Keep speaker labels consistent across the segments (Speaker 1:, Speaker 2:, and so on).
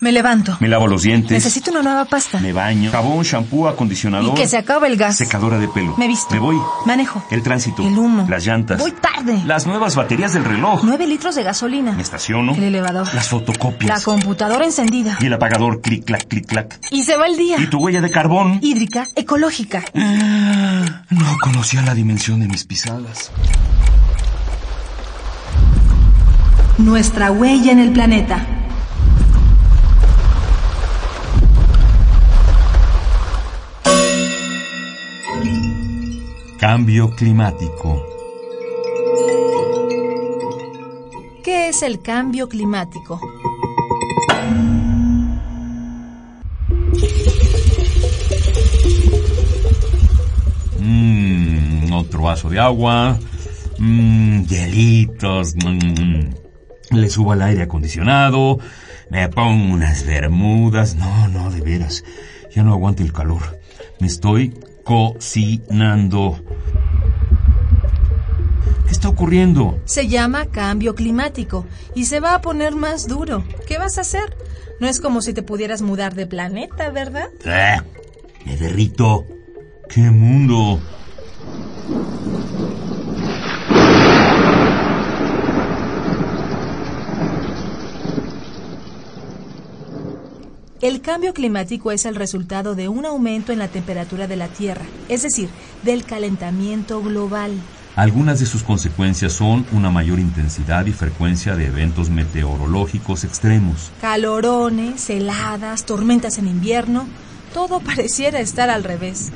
Speaker 1: Me levanto.
Speaker 2: Me lavo los dientes.
Speaker 1: Necesito una nueva pasta.
Speaker 2: Me baño. Jabón, shampoo, acondicionador.
Speaker 1: Y que se acabe el gas.
Speaker 2: Secadora de pelo.
Speaker 1: Me visto.
Speaker 2: Me voy.
Speaker 1: Manejo.
Speaker 2: El tránsito.
Speaker 1: El humo.
Speaker 2: Las llantas.
Speaker 1: Voy tarde.
Speaker 2: Las nuevas baterías del reloj.
Speaker 1: Nueve litros de gasolina.
Speaker 2: Me estaciono.
Speaker 1: El elevador.
Speaker 2: Las
Speaker 1: La
Speaker 2: fotocopias.
Speaker 1: computadora encendida.
Speaker 2: y el apagador. Clic, clac, clic, clac.
Speaker 1: Y se va el día.
Speaker 2: Y tu huella de carbón.
Speaker 1: Hídrica, ecológica.
Speaker 2: No conocía la dimensión de mis pisadas. Mm.
Speaker 3: Nuestra huella en el planeta.
Speaker 2: Cambio climático.
Speaker 3: ¿Qué es el cambio climático?
Speaker 2: Mmm, otro vaso de agua. Mmm, hielitos. Mm. Le subo al aire acondicionado. Me pongo unas bermudas. No, no, de veras. Ya no aguanto el calor. Me estoy cocinando. ¿Qué está ocurriendo?
Speaker 3: Se llama cambio climático y se va a poner más duro. ¿Qué vas a hacer? No es como si te pudieras mudar de planeta, ¿verdad?
Speaker 2: Ah, Me derrito. ¡Qué mundo!
Speaker 3: El cambio climático es el resultado de un aumento en la temperatura de la Tierra, es decir, del calentamiento global.
Speaker 2: Algunas de sus consecuencias son una mayor intensidad y frecuencia de eventos meteorológicos extremos.
Speaker 3: Calorones, heladas, tormentas en invierno, todo pareciera estar al revés.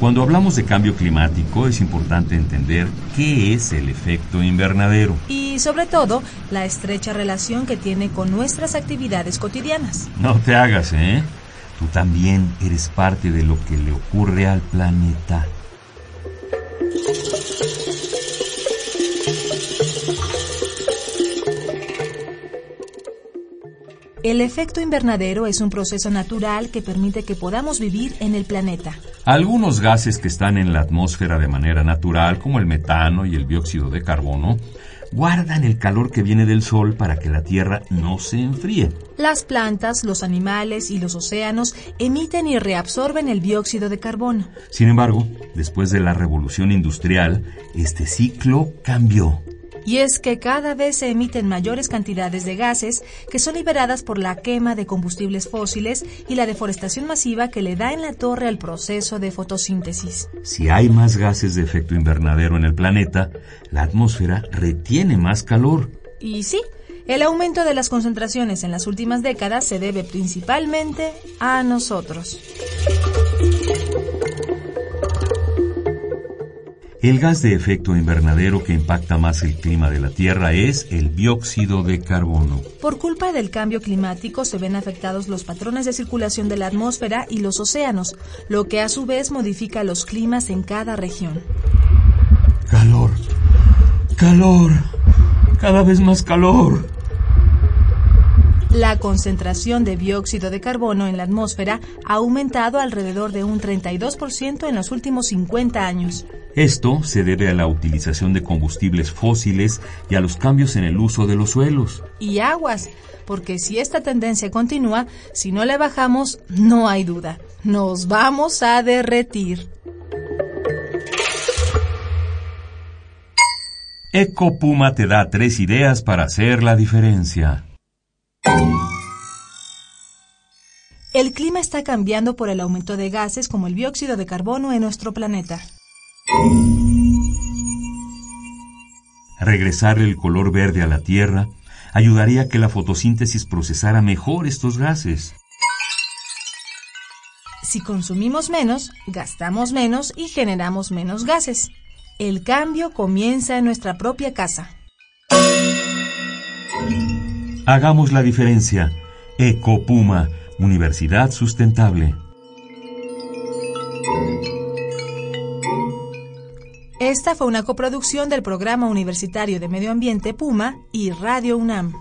Speaker 2: Cuando hablamos de cambio climático es importante entender qué es el efecto invernadero.
Speaker 3: Y sobre todo, la estrecha relación que tiene con nuestras actividades cotidianas.
Speaker 2: No te hagas, ¿eh? Tú también eres parte de lo que le ocurre al planeta.
Speaker 3: El efecto invernadero es un proceso natural que permite que podamos vivir en el planeta.
Speaker 2: Algunos gases que están en la atmósfera de manera natural, como el metano y el dióxido de carbono, guardan el calor que viene del sol para que la Tierra no se enfríe.
Speaker 3: Las plantas, los animales y los océanos emiten y reabsorben el dióxido de carbono.
Speaker 2: Sin embargo, después de la revolución industrial, este ciclo cambió.
Speaker 3: Y es que cada vez se emiten mayores cantidades de gases que son liberadas por la quema de combustibles fósiles y la deforestación masiva que le da en la torre al proceso de fotosíntesis.
Speaker 2: Si hay más gases de efecto invernadero en el planeta, la atmósfera retiene más calor.
Speaker 3: Y sí, el aumento de las concentraciones en las últimas décadas se debe principalmente a nosotros.
Speaker 2: El gas de efecto invernadero que impacta más el clima de la Tierra es el dióxido de carbono.
Speaker 3: Por culpa del cambio climático se ven afectados los patrones de circulación de la atmósfera y los océanos, lo que a su vez modifica los climas en cada región.
Speaker 2: Calor, calor, cada vez más calor.
Speaker 3: La concentración de dióxido de carbono en la atmósfera ha aumentado alrededor de un 32% en los últimos 50 años.
Speaker 2: Esto se debe a la utilización de combustibles fósiles y a los cambios en el uso de los suelos.
Speaker 3: Y aguas, porque si esta tendencia continúa, si no le bajamos, no hay duda, nos vamos a derretir.
Speaker 2: Ecopuma te da tres ideas para hacer la diferencia.
Speaker 3: El clima está cambiando por el aumento de gases como el dióxido de carbono en nuestro planeta.
Speaker 2: Regresar el color verde a la Tierra ayudaría a que la fotosíntesis procesara mejor estos gases.
Speaker 3: Si consumimos menos, gastamos menos y generamos menos gases. El cambio comienza en nuestra propia casa.
Speaker 2: Hagamos la diferencia. Ecopuma, Universidad Sustentable.
Speaker 3: Esta fue una coproducción del Programa Universitario de Medio Ambiente Puma y Radio UNAM.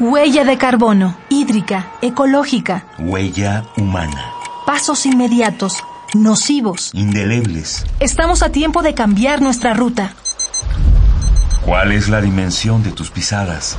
Speaker 1: Huella de carbono. Hídrica, ecológica.
Speaker 2: Huella humana.
Speaker 1: Pasos inmediatos.
Speaker 3: nocivos.
Speaker 2: indelebles.
Speaker 3: Estamos a tiempo de cambiar nuestra ruta,
Speaker 2: ¿Cuál es la dimensión de tus pisadas?